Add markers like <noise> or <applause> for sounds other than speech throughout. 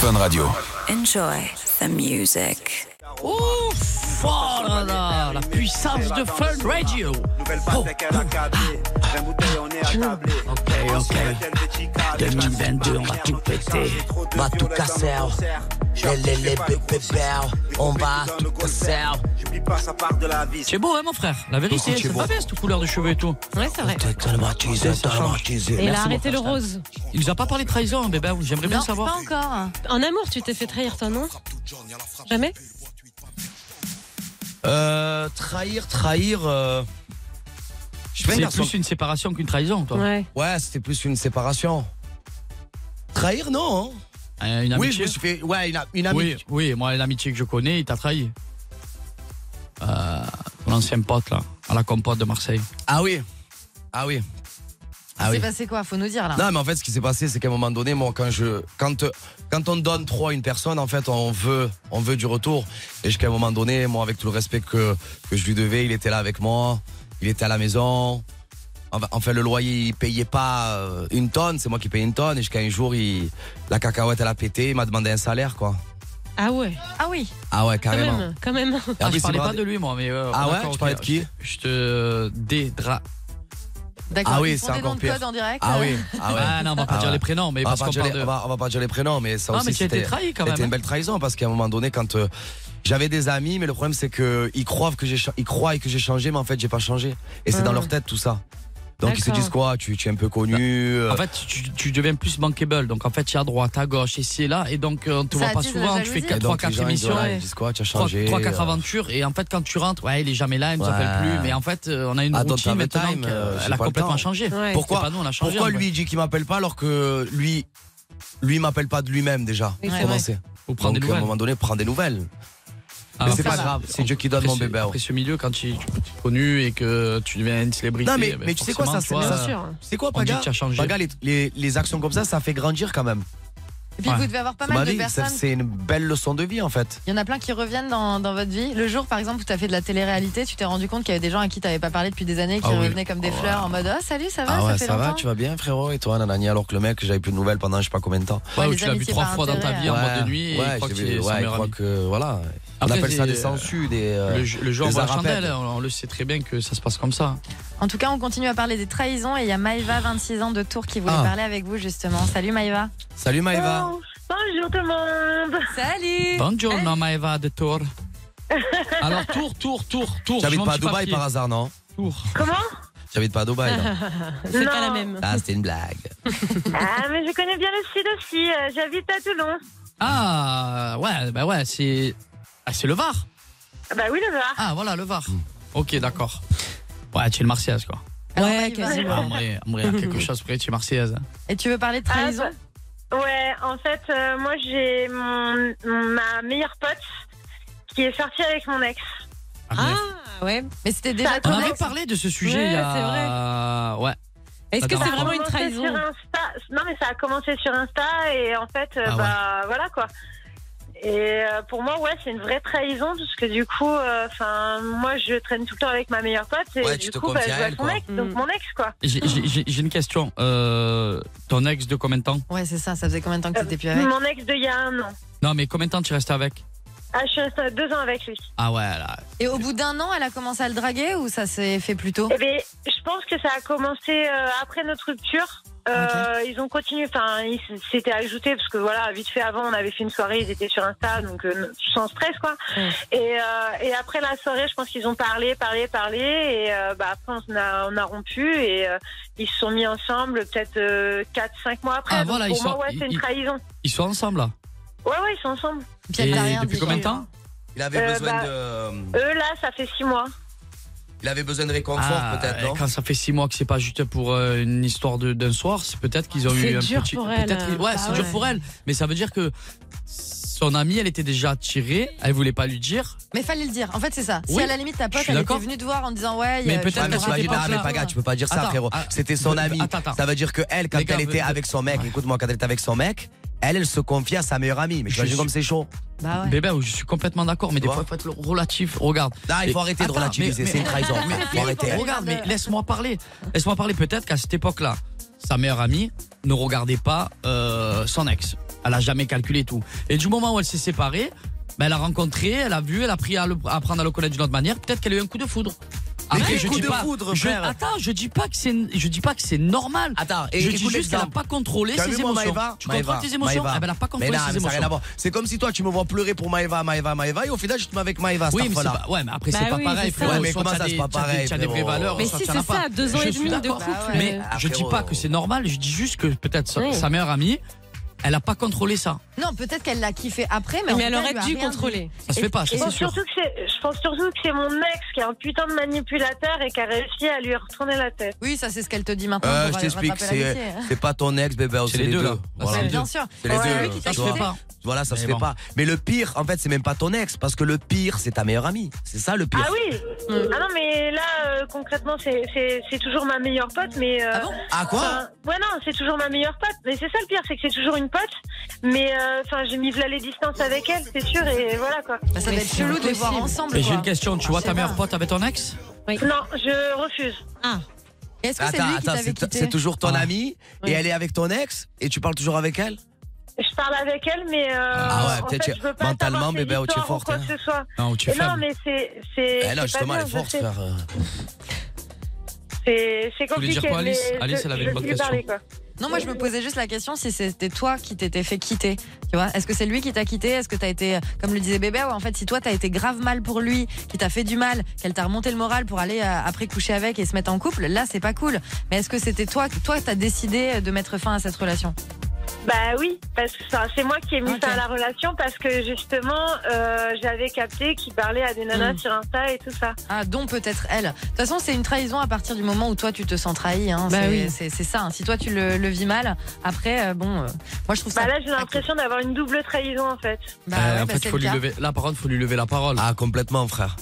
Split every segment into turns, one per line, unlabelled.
Fun Radio.
Enjoy the music.
Oh, fort, là, là, la puissance de Fun Radio. Oh. Ah,
Nouvelle passe avec un accablé. Un bouteille, on est attablé.
Ok, ok. 2022, on va tout péter.
On va tout casser. Les, les, les, pépères. On va tout casser.
J'oublie pas, ça part de la vie.
C'est beau, hein, mon frère. La vérité,
Beaucoup, c'est
c'est pas
beau.
bien cette couleur de cheveux et tout.
Ouais, c'est vrai.
T'es traumatisé, traumatisé.
Et il a
Merci,
arrêté
mon
le
frère.
rose.
Il nous a pas parlé de trahison, hein, bébé. J'aimerais bien savoir.
encore. En amour, tu t'es fait trahir, toi, non Jamais
Euh, trahir, trahir. euh, Je fais un
C'est
garçon.
plus une séparation qu'une trahison, toi.
Ouais.
Ouais, c'était plus une séparation. Trahir, non. hein.
Euh, Une
Oui, je
amitié.
me suis fait. Ouais, une, a- une amie.
Oui, oui, moi, l'amitié que je connais, il t'a trahi. Euh, mon ancien pote, là, à la compote de Marseille.
Ah oui. Ah oui. Ah oui.
passé quoi Faut nous dire, là.
Non, mais en fait, ce qui s'est passé, c'est qu'à un moment donné, moi, quand je, quand, euh, quand on donne trop à une personne, en fait, on veut, on veut du retour. Et jusqu'à un moment donné, moi, avec tout le respect que, que je lui devais, il était là avec moi, il était à la maison. Enfin, enfin, le loyer, il payait pas euh, une tonne, c'est moi qui payais une tonne. Et jusqu'à un jour, il, la cacahuète, elle a pété, il m'a demandé un salaire, quoi.
Ah ouais. Ah oui,
Ah ouais,
quand
carrément.
même. Quand même.
Et
Ah,
après,
je
il s'est
parlais pas
bradé.
de lui, moi, mais. euh,
Ah ouais
d'accord,
Tu parlais
ok.
de qui
Je te euh, dédra.
D'accord,
Ah oui,
ils font
c'est
des
encore
noms de
pire.
code en direct.
Ah oui, ah ouais.
Ah non, on va pas
Ah
dire
ouais.
les prénoms, mais
on, va
parce
pas
qu'on
dire
parle
les,
de.
on va- on va pas dire les prénoms, mais ça
Non,
aussi,
mais tu as été
c'était-
trahi quand
C'était
même. hein.
une belle trahison parce qu'à un moment donné, quand euh, j'avais des amis, mais le problème c'est que ils croient que j'ai, cha- ils croient que j'ai changé, mais en fait j'ai pas changé. Et c'est
Ah.
dans leur tête tout ça. Donc ils se
D'accord.
disent quoi tu, tu es un peu connu. euh,
Bah, En fait, tu, tu deviens plus bankable. Donc, en fait, tu es à droite, à gauche, ici et là. Et donc, euh, on te
Ça
voit pas
attise la
souvent. Tu fais
jalousie.
et
4,
donc,
3,
les
4
gens, ils sont
émissions.
là, Ils disent quoi Tu as
3,
changé
4
euh,
aventures. Et en fait, quand tu rentres, ouais, il est jamais là, il nous
Ouais.
appelle plus. Mais en fait, euh, on a une
Ah, don't
routine
have the
maintenant
time,
que,
euh,
elle
j'ai
a
pas le temps.
complètement changé.
Ouais.
Pourquoi-
C'est pas nous, on a changé.
Pourquoi
en vrai.
lui il dit qu'il m'appelle pas alors que lui, lui il m'appelle pas de lui-même déjà
Oui, c'est
Commencez.
Faut prendre des
Donc à un
nouvelles.
moment donné, prends des nouvelles.
Ah,
mais c'est
après,
pas
ça-
grave, c'est Dieu qui donne
après
mon
ce-
bébé.
Après ce milieu, quand tu, tu- tu es connu et que tu deviens une célébrité.
Non, mais-
ben,
mais tu sais quoi, ça,
forcément,
c'est-
toi,
Bien sûr.
C'est
On
quoi,
dit
Paga
que tu as changé.
Paga, les- les- les actions comme ça, ça fait grandir quand même.
Et puis
Ouais.
vous devez avoir pas
Ma
mal de
vie, c'est-
personnes.
c'est une belle leçon de vie en fait.
Il y en a plein qui reviennent dans, dans votre vie. Le jour, par exemple, où tu as fait de la télé-réalité, tu t'es rendu compte qu'il y avait des gens à qui tu n'avais pas parlé depuis des années qui
Ah oui.
revenaient comme des
Oh,
fleurs en mode Ah, salut, ça va,
Ah ouais,
ça fait
ça va,
longtemps.
tu vas bien frérot et toi nanani alors que le mec j'avais plus de nouvelles pendant je sais pas combien de temps.
Ouais,
Ouais,
où
les
tu l'as vu
amitiés
trois
par
fois dans ta
intérêt,
vie à un
ouais,
moment donné et
ouais,
il croit
j'ai
que
vu-
c'est son
ouais, il
meilleur
croit
ami.
que voilà.
Après,
on appelle ça
c'est,
des sensus, des euh,
Le, le joueur
des
voit la
arapèdes.
chandelle, on, on le sait très bien que ça se passe comme ça.
En tout cas, on continue à parler des trahisons et il y a Maïva, 26 ans de Tours, qui voulait
Ah.
parler avec vous justement. Salut Maïva.
<laughs> Salut Maëva.
Bonjour tout le monde.
Salut
Bonjour, Mama Eva de <laughs> Tours. Alors, Tours, Tours, Tours, Tours.
J'habite
je
pas à
monte
Dubaï
papier.
par hasard non
Tours.
Comment
<laughs> J'habite pas à Dubaï.
<laughs>
non
C'est pas
Non.
la même.
ah c'était une blague.
Ah mais je connais bien le sud aussi. Euh, J'habite à Toulon.
Ah, ouais, bah ouais, c'est. Ah, c'est le Var
Ah Bah oui le Var.
Ah, voilà, le Var.
Hmm.
Ok, d'accord. Ouais, tu es le Marseillaise, quoi.
Alors,
Ouais,
Maïva, euh,
quasiment.
Ah, en vrai, en vrai, il y a <laughs> quelque chose près, tu es Marseillaise. hein.
Et tu veux parler de trahison
Ah, bah- Ouais, en fait, euh, moi j'ai mon, ma meilleure pote qui est sortie avec mon ex.
Ah,
Ah,
bref.
ouais.
Mais c'était déjà
On
connu.
avait parlé de ce sujet
Ouais,
il y a. Ouais.
Est-ce que
Attends.
c'est vraiment une
Commencé
trahison
sur Insta- Non mais ça a commencé sur Insta et en fait, euh,
Ah ouais.
bah voilà quoi. Et euh, pour moi, ouais, c'est une vraie trahison parce que du coup, euh, enfin, moi, je traîne tout le temps avec ma meilleure pote et
Ouais, tu
du
te
coup, bah,
confies
je
à
vois
elle,
son
quoi.
ex, donc
Mm.
mon ex quoi.
J'ai- J'ai j'ai- j'ai une question. Euh, ton ex de combien de temps
Ouais, c'est ça, ça faisait combien de temps que t'étais plus avec
Mon ex de il y a un an.
Non, mais combien de temps tu restes avec
Ah, je suis restée deux ans avec lui.
Ah, ouais, là.
Et au bout d'un an, elle a commencé à le draguer ou ça s'est fait plus tôt
Eh bien, je pense que ça a commencé euh, après notre rupture. Euh, Ils ont continué, enfin, ils s- s'étaient ajoutés parce que voilà, vite fait avant, on avait fait une soirée, ils étaient sur Insta, donc euh, sans stress quoi.
Ouais.
Et, euh, et après la soirée, je pense qu'ils ont parlé, parlé, parlé, et euh, bah, après on a, on a rompu et euh, ils se sont mis ensemble peut-être 4-5 mois après.
Ah,
Donc,
voilà,
pour
ils
moi,
sont-
ouais, c'est
ils-
une trahison.
Ils sont ensemble, là
Ouais, ouais, ils sont ensemble.
Puis elle t'a
Et
rien
depuis
dit.
combien de temps
Il avait
Euh,
besoin
bah,
de
Eux là, ça fait 6 mois.
il avait besoin de réconfort
Ah,
peut-être
et
non
Quand ça fait six mois que c'est pas juste pour euh, une histoire de- d'un soir, c'est peut-être qu'ils ont
C'est
eu un
dur
petit.
pour elle,
peut-être-
hein.
ouais,
Bah
c'est dur
ouais.
pour elle. Mais ça veut dire que son amie, elle était déjà attirée, elle voulait pas lui dire.
Mais fallait le dire. En fait, c'est ça. Si
Oui,
à la limite ta
je
pote
suis
elle était
d'accord.
venue te voir en disant ouais,
Mais
euh,
peut-être
je suis
Ouais, mais
qu'elle sera
tu vas dire,
pas avec
pas
toi.
ah, mais Paga, tu peux pas dire ça,
Attends,
frérot.
ah,
C'était son
le-
ami.
attends, attends.
Ça veut dire que elle, quand
Les gars,
elle était
vous-
avec son mec,
Ouais.
écoute-moi, quand elle était avec son mec, elle, elle se confie à sa meilleure amie. Mais
Je
tu imagines
suis-
comme c'est chaud.
Bah ouais.
Bébé, je suis complètement d'accord, mais
Tu
des
vois
fois, il faut être relatif. Regarde.
Là, Ah, il faut
Et-
arrêter de
Attends,
relativiser.
mais-
C'est une trahison.
mais-
Faut arrêter.
Regarde, mais laisse-moi parler. Laisse-moi parler. Peut-être qu'à cette époque-là, sa meilleure amie ne regardait pas euh, son ex. Elle a jamais calculé tout. Et du moment où elle s'est séparée, ben, elle a rencontré, elle a vu, elle a appris à, le- à apprendre à le connaître d'une autre manière. Peut-être qu'elle a eu un coup de foudre.
quel coup de foudre,
je,
frère
attends, je dis pas que c'est, je dis pas que c'est normal.
Attends, et
je
écoute
dis juste qu'elle
l'exemple.
a pas contrôlé
T'as
ses
vu, moi,
émotions.
Maëva
tu contrôles
Maëva,
tes émotions
Maëva.
Eh ben, elle a pas
Mais
contrôlé
non, mais
ses
ça a rien à
émotions.
voir. C'est comme si toi, tu me vois pleurer pour Maëva, Maëva, Maëva, et au final, je te mets avec Maëva.
Oui,
cette
mais c'est
fois-là.
pas, ouais, mais après,
Bah
c'est pas
oui,
pareil,
c'est ça.
frérot.
Ouais, mais
Soit
comment
t'as
ça,
des-
c'est pas
t'as des-
pareil,
T'as des vraies
frérot.
valeurs.
Mais
soit
si,
t'en as
c'est
pas.
ça, deux ans
Je
et
suis
demi de
d'accord.
couple.
Mais
euh,
je dis pas que c'est normal, je dis juste que peut-être sa,
Oui.
sa meilleure amie, elle a pas contrôlé ça.
Non, peut-être qu'elle l'a kiffé après, mais, en
Mais
tout
elle
cas,
aurait
lui a
dû
rien dit.
contrôler.
Ça se fait pas, ça c'est
Je pense,
sûr.
surtout que c'est- je pense surtout que c'est mon ex qui est un putain de manipulateur et qui a réussi à lui retourner la tête.
Oui, ça c'est ce qu'elle te dit maintenant.
Euh,
pour
je
rattraper
t'explique,
l'amitié.
c'est c'est pas ton ex, bébé,
C'est les deux, là. Bah,
Voilà.
C'est
Ouais,
les deux.
Bien sûr.
C'est les
Ouais,
deux.
c'est lui qui
Ça
t'a
se
tu vois.
fait pas.
Voilà, ça
Mais
se fait
bon.
pas. Mais le pire, en fait, c'est même pas ton ex, parce que le pire, c'est ta meilleure amie. C'est ça le pire.
Ah oui
Mmh.
Ah non, mais là, euh, concrètement, c'est- c'est c'est toujours ma meilleure pote, mais. euh,
Ah bon
Ah quoi
enfin, Ouais, non, c'est toujours ma meilleure pote. Mais c'est ça le pire, c'est que c'est toujours une pote. Mais euh, enfin, j'ai mis là les distances avec elle, c'est sûr, et voilà quoi.
Bah, ça
Mais
va être
c'est
chelou de les voir
impossible.
ensemble.
Mais j'ai
quoi.
une question, tu vois ta
sais
meilleure
pas.
pote avec ton ex
Non, je refuse.
Est-ce que c'est
Attends,
lui qui
attends,
t'avait
c'est-
quitté
c'est toujours ton
Ah.
amie,
Oui.
et elle est avec ton ex, et tu parles toujours avec elle
Je parle avec elle, mais. euh,
Ah ouais,
en
peut-être
fait,
que
je veux pas
mentalement,
savoir ses
bébé, oh, tu es
histoires ou
forte,
quoi
hein.
que ce soit.
Non, tu
Et non, mais c'est. c'est-
Eh
c'est
non,
pas
justement,
bien,
elle est
je
forte,
sais.
frère.
C'est c'est
voulais dire
compliqué.
quoi, Alice
mais
Alice,
je-
elle avait une
je
bonne
lui ai parlé, quoi.
Non, moi je me posais juste la question si c'était toi qui t'étais fait quitter. Tu vois, est-ce que c'est lui qui t'a quitté Est-ce que t'as été, comme le disait bébé, ouais, en fait, si toi t'as été grave mal pour lui, qui t'a fait du mal, qu'elle t'a remonté le moral pour aller euh, après coucher avec et se mettre en couple, là c'est pas cool. Mais est-ce que c'était toi, toi t'as décidé de mettre fin à cette relation
Bah oui, parce que enfin, c'est moi qui ai mis
Ok.
ça à la relation parce que justement euh, j'avais capté qu'il parlait à des nanas
Mm.
sur Insta et tout ça.
Ah, dont peut-être elle. De toute façon, c'est une trahison à partir du moment où toi tu te sens trahi. Hein.
Bah
c'est,
oui.
c'est, c'est ça. hein. Si toi tu le, le vis mal, après, euh, bon, euh, moi je trouve ça.
Bah là j'ai l'impression d'avoir une double trahison en fait.
Bah
Euh,
ouais,
en
bah,
fait,
c'est
faut
le
lui
cas.
lever la parole, faut lui lever la parole.
Ah, complètement, frère.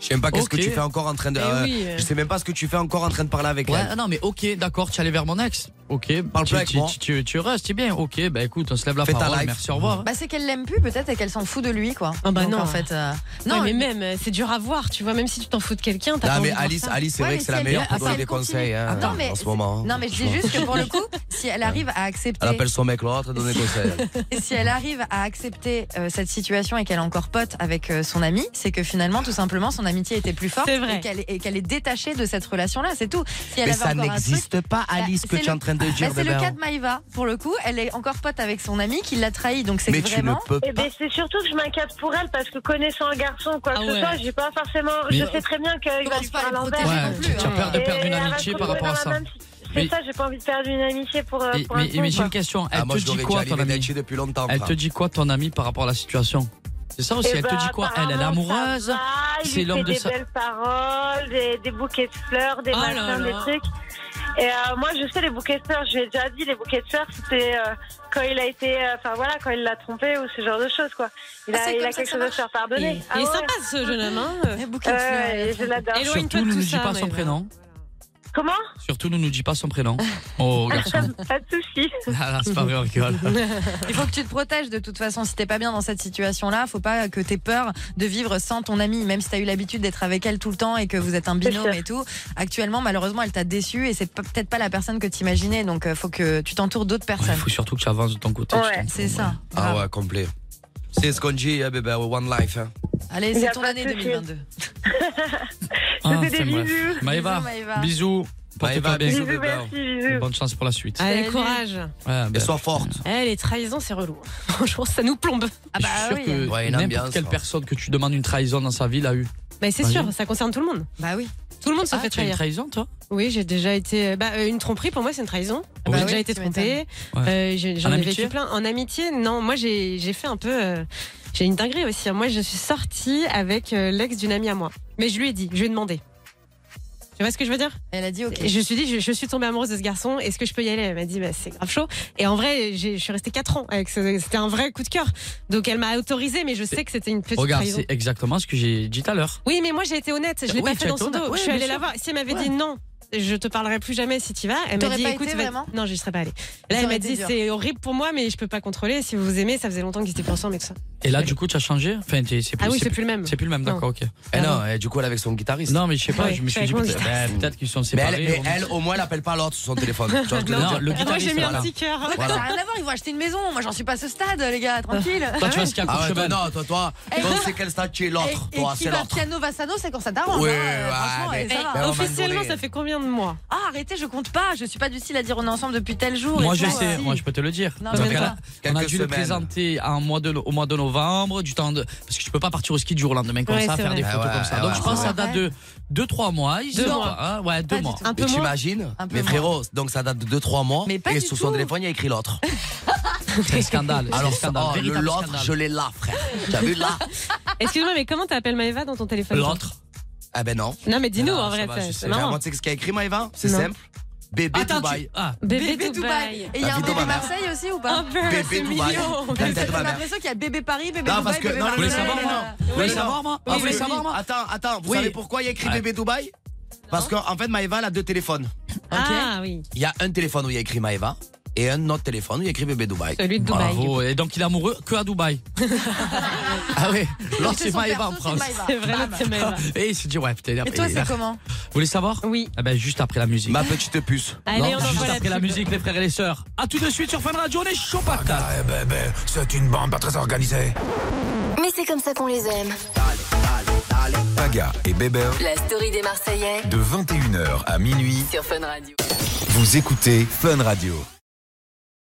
Je sais même pas qu'est-ce
Ok.
que tu fais encore en train de.
Eh
euh,
oui, euh.
Je sais même pas ce que tu fais encore en train de parler avec
Ouais,
elle.
ah non, mais ok, d'accord, tu allais vers mon ex. Ok,
Parle
tu-
plus avec
tu-
moi.
Tu, tu, tu restes, c'est bien. Ok, bah écoute, on se lève la
Fais ta
parole.
life.
Merci, au revoir.
Bah, c'est qu'elle l'aime plus peut-être et qu'elle s'en fout de lui quoi.
Ah bah
Donc,
non.
en fait. euh,
Non, mais même, euh, c'est dur à voir, tu vois, même si tu t'en fous de quelqu'un, t'as pas
Ah,
envie
mais
de voir
Alice,
ça.
Alice, c'est
Ouais,
vrai
mais
que c'est
si
la
elle-
meilleure pour
elle
donner des
continue.
conseils. hein,
Attends, mais
en ce
c'est-
moment. hein.
Non mais je dis
Franchement.
juste que pour le coup,
<laughs>
si elle arrive à accepter,
Elle appelle son mec l'autre, elle donne des conseils.
et <laughs> si elle arrive à accepter euh, cette situation et qu'elle est encore pote avec euh, son ami, c'est que finalement tout simplement son amitié était plus forte
C'est vrai.
et qu'elle est, et qu'elle est détachée de cette relation là, c'est tout. Si elle
Mais
avait
ça
encore un truc-
n'existe pas, Alice, que
c'est
tu es en
le-
train de ben,
Bah,
dire,
c'est
bébé.
le cas de Maïva. Pour le coup, elle est encore pote avec son ami qui l'a trahi. Donc c'est
Mais
que
tu ne
vraiment.
peux
Et
pas.
Ah.
ben c'est surtout que je m'inquiète pour elle parce que connaissant un garçon ou quoi que
Ah
ce
ouais.
soit, j'ai pas forcément. Je
Mais-
sais très bien qu'il va
Commence
lui
pas à
faire à
les
l'envers.
protéger
Ouais,
non plus,
tu tu as
hein.
peur de
Et
perdre une
elle va
amitié
se
par rapport à
retrouver dans la
ça.
même si-
Mais-
C'est ça, j'ai pas envie de perdre une amitié pour, euh,
Mais,
pour un
mais-
con,
mais j'ai
quoi.
une question. Elle
Ah, moi,
te
je
dit
l'aurais
quoi,
déjà
ton
arrivé
ami
d'Aichi depuis longtemps.
Elle
frère.
te dit quoi, ton ami, par rapport à la situation C'est ça aussi,
Eh
elle
ben,
te dit quoi Elle, elle est
apparemment, ça
amoureuse
va, il
C'est
lui
l'homme
fait
de
des
sa-
belles paroles, des, des bouquets de fleurs, des
Oh là là.
machins, des trucs. Et euh, moi, je sais les bouquets de fleurs. Je lui ai déjà dit les bouquets de fleurs, c'était euh, quand il a été, euh, enfin voilà, quand il l'a trompé ou ce genre de choses quoi. Il
Ah,
a,
c'est
il
comme
a
ça que ça
quelque chose à
marche.
se faire
Il
pardonner.
il
Ah
est
ouais.
sympa ce jeune homme. hein.
Ouais, bouquet
Ouais,
de fleurs,
ouais,
elle a
je
trompé.
l'adore.
Éloigne-toi
Surtout,
de
ne
tout
nous dis
ça,
pas son
Maëva.
prénom.
Comment
Surtout, ne nous dis pas son prénom. Oh,
Ah,
garçon.
<laughs> Pas de souci.
Ah, là, c'est pas vrai, on rigole.
Il faut que tu te protèges de toute façon. Si t'es pas bien dans cette situation-là, faut pas que t'aies peur de vivre sans ton amie, même si t'as eu l'habitude d'être avec elle tout le temps et que vous êtes un binôme
C'est sûr.
et tout. Actuellement, malheureusement, elle t'a déçu et c'est pas- peut-être pas la personne que t'imaginais. Donc, euh, faut que tu t'entoures d'autres
Il
personnes.
faut surtout que tu avances de ton côté.
Ouais,
tu t'en fous,
c'est ça.
Ah
Grave.
ouais, complet. C'est ce qu'on dit, hein, bébé, One Life. hein.
Allez,
Y
c'est
a
ton
pas de
année
souci.
2022.
Ah,
Je te fais
enfin,
des
bref.
bisous.
Maëva,
Bisous, Maëva.
bisous. Porte-toi
Maëva,
bien.
bisous.
Bisous, merci, bisous.
Bonne chance pour la suite.
Allez,
Salut.
courage.
Ouais,
Et
ben,
sois forte.
Eh, les trahisons, c'est relou. <laughs> Franchement, ça nous plombe.
Ah
je
bah
suis sûr
oui.
que
Ouais, une ambiance,
n'importe quelle
hein.
personne que tu demandes une trahison dans sa vie l'a eu.
Mais c'est
Vas-y.
sûr, ça concerne tout le monde.
Bah oui.
Tout le monde se
Ah,
fait
tu as une
trahir.
trahison, toi
Oui, j'ai déjà été. Bah, euh, une tromperie, pour moi, c'est une trahison.
Ah bah
j'ai
oui,
déjà été
tu
trompée.
m'étonnes.
Euh, j'ai- J'en
En
ai
amitié
vécu plein. En amitié, non. Moi, j'ai j'ai fait un peu. euh, j'ai une dinguerie aussi. hein. Moi, je suis sortie avec euh, l'ex d'une amie à moi. Mais je lui ai dit, je lui ai demandé. Tu vois ce que je veux dire
Elle a dit ok.
Et Je me suis dit, je, je suis tombée amoureuse de ce garçon, est-ce que je peux y aller Elle m'a dit, bah, c'est grave chaud. Et en vrai, j'ai- je suis restée 4 ans avec ce- C'était un vrai coup de cœur. Donc elle m'a autorisée, mais je sais que c'était une petite
Regarde,
trahison.
c'est exactement ce que j'ai dit tout à l'heure.
Oui, mais moi j'ai été honnête, je l'ai
Oui,
pas
tu
fait
as
dans
été
son
honnête.
dos.
Oui,
je suis allée
bien
la
sûr.
voir. Si elle m'avait dit non, je te parlerai plus jamais si tu vas, elle m'a
T'aurais
dit
pas
écoute,
été,
va-
vraiment
non, je serais pas allée.
Ça
Là, elle
aurait
m'a
été
dit
dur.
c'est horrible pour moi, mais je peux pas contrôler. Si vous vous aimez, ça faisait longtemps qu'ils étaient plus ensemble et tout ça.
Et là, du coup, tu as changé Enfin, t'es- c'est plus,
Ah oui,
c'est
c'est plus le même.
c'est plus le même,
Non.
d'accord, ok.
Eh non, eh, du coup, elle est avec son guitariste.
Non, mais je sais pas,
Ouais,
je me suis
je
dit
comprends.
peut-être ben, peut-être qu'ils sont
Mais
séparés.
elle, mais elle, au moins, elle appelle pas l'autre sur son téléphone. Tu vois ce que je veux
Non,
dire
le
Ah, Moi
guitariste.
j'ai mis
voilà.
un petit cœur.
Ouais, mais ça n'a rien à voir, ils vont acheter une maison. Moi, j'en suis pas à ce stade, les gars, tranquille.
Toi, tu vois ce qu'il y a à
Ah ouais, toi,
Courchevel.
non, toi, toi,
Eh,
toi, c'est quel statut est
Et,
l'autre
et
Toi,
qui
c'est
va
l'autre.
piano Vassano, c'est quand ça t'arrange.
Ouais,
hein, euh,
ouais,
franchement,
mais-
et ça va.
Mais on va
Officiellement,
demander.
ça fait combien de
<laughs>
mois
Ah, arrêtez, je compte pas. Je suis pas du style à dire on est ensemble depuis tel jour.
Moi
et
je
tout,
sais,
euh,
moi je peux te le dire.
Non,
Parce
mais
que
toi.
là, on a
Quelques
dû le
semaines.
présenter en mois de, au mois de novembre, du temps de, parce que tu peux pas partir au ski du jour au lendemain comme
Ouais,
ça,
c'est
faire
vrai.
des photos
Ah ouais,
comme ça.
ouais,
Donc
ouais,
je pense que
c'est
ça date de 2-3 mois. ils
Deux
sont
mois.
pas- hein, ouais, deux
du
mois.
tout.
Un peu
Mais tu
moins.
imagines
Un peu
Mais
moins.
frérot, donc ça date de 2-3 mois.
Mais pas
et
du
sur son
tout.
téléphone, il y a écrit l'autre.
C'est un scandale. c'est
Alors,
un
ça,
scandale,
oh, le
véritable
l'autre,
scandale.
je l'ai là, frère. Tu as vu là
Excuse-moi, mais comment t'appelles Maëva dans ton téléphone toi
L'autre.
Ah ben non.
Non, mais dis-nous
Ah,
en
ça
vrai.
va,
ça-
je
c'est
sais.
marrant.
Vraiment, Tu sais ce qu'il y a écrit, Maëva C'est
Non.
simple. Bébé
Attends,
Dubaï.
tu. Ah.
Bébé,
Bébé Dubaï. Et il y a
La
un
vie de
bébé
ma mère.
Marseille aussi ou
Un
pas
peu,
Bébé
c'est
Dubaï.
mignon.
La vie de
J'ai
ma mère.
l'impression qu'il y a bébé Paris, bébé
Non,
Dubaï,
parce que-
bébé
non, non,
Vous voulez
Marseille.
savoir, moi Vous voulez
Oui,
savoir,
non.
moi
Ah,
Vous voulez
oui,
savoir,
oui.
moi
Attends, attends, vous
Oui.
savez pourquoi il y a écrit
Ouais.
bébé Dubaï Parce qu'en fait, Maëva, elle a deux téléphones.
Ah oui,
Il y a un téléphone où il y a écrit Maëva et un autre téléphone où il y a écrit bébé Dubaï.
celui de Dubaï.
Bravo. Et donc il est amoureux que à Dubaï. ah oui. L'autre
C'est
c'est
son
Maëva
perso,
en
c'est
France.
Maëva.
C'est vrai, l'autre, c'est Maëva.
Et il s'est dit ouais putain. il a-
Et toi,
il a-
c'est comment
Vous voulez savoir
Oui.
Ah ben juste après la musique.
Ma petite puce.
Allez,
Non,
on envoie
juste
la
après la
pub.
musique, les frères et les sœurs. À tout de suite sur Fun Radio, on est chaud patate.
Eh bébé, c'est une bande pas très organisée.
Mais c'est comme ça qu'on les aime.
Paga et bébé,
La story des Marseillais
de 21h à minuit,
sur Fun Radio.
vous écoutez Fun Radio.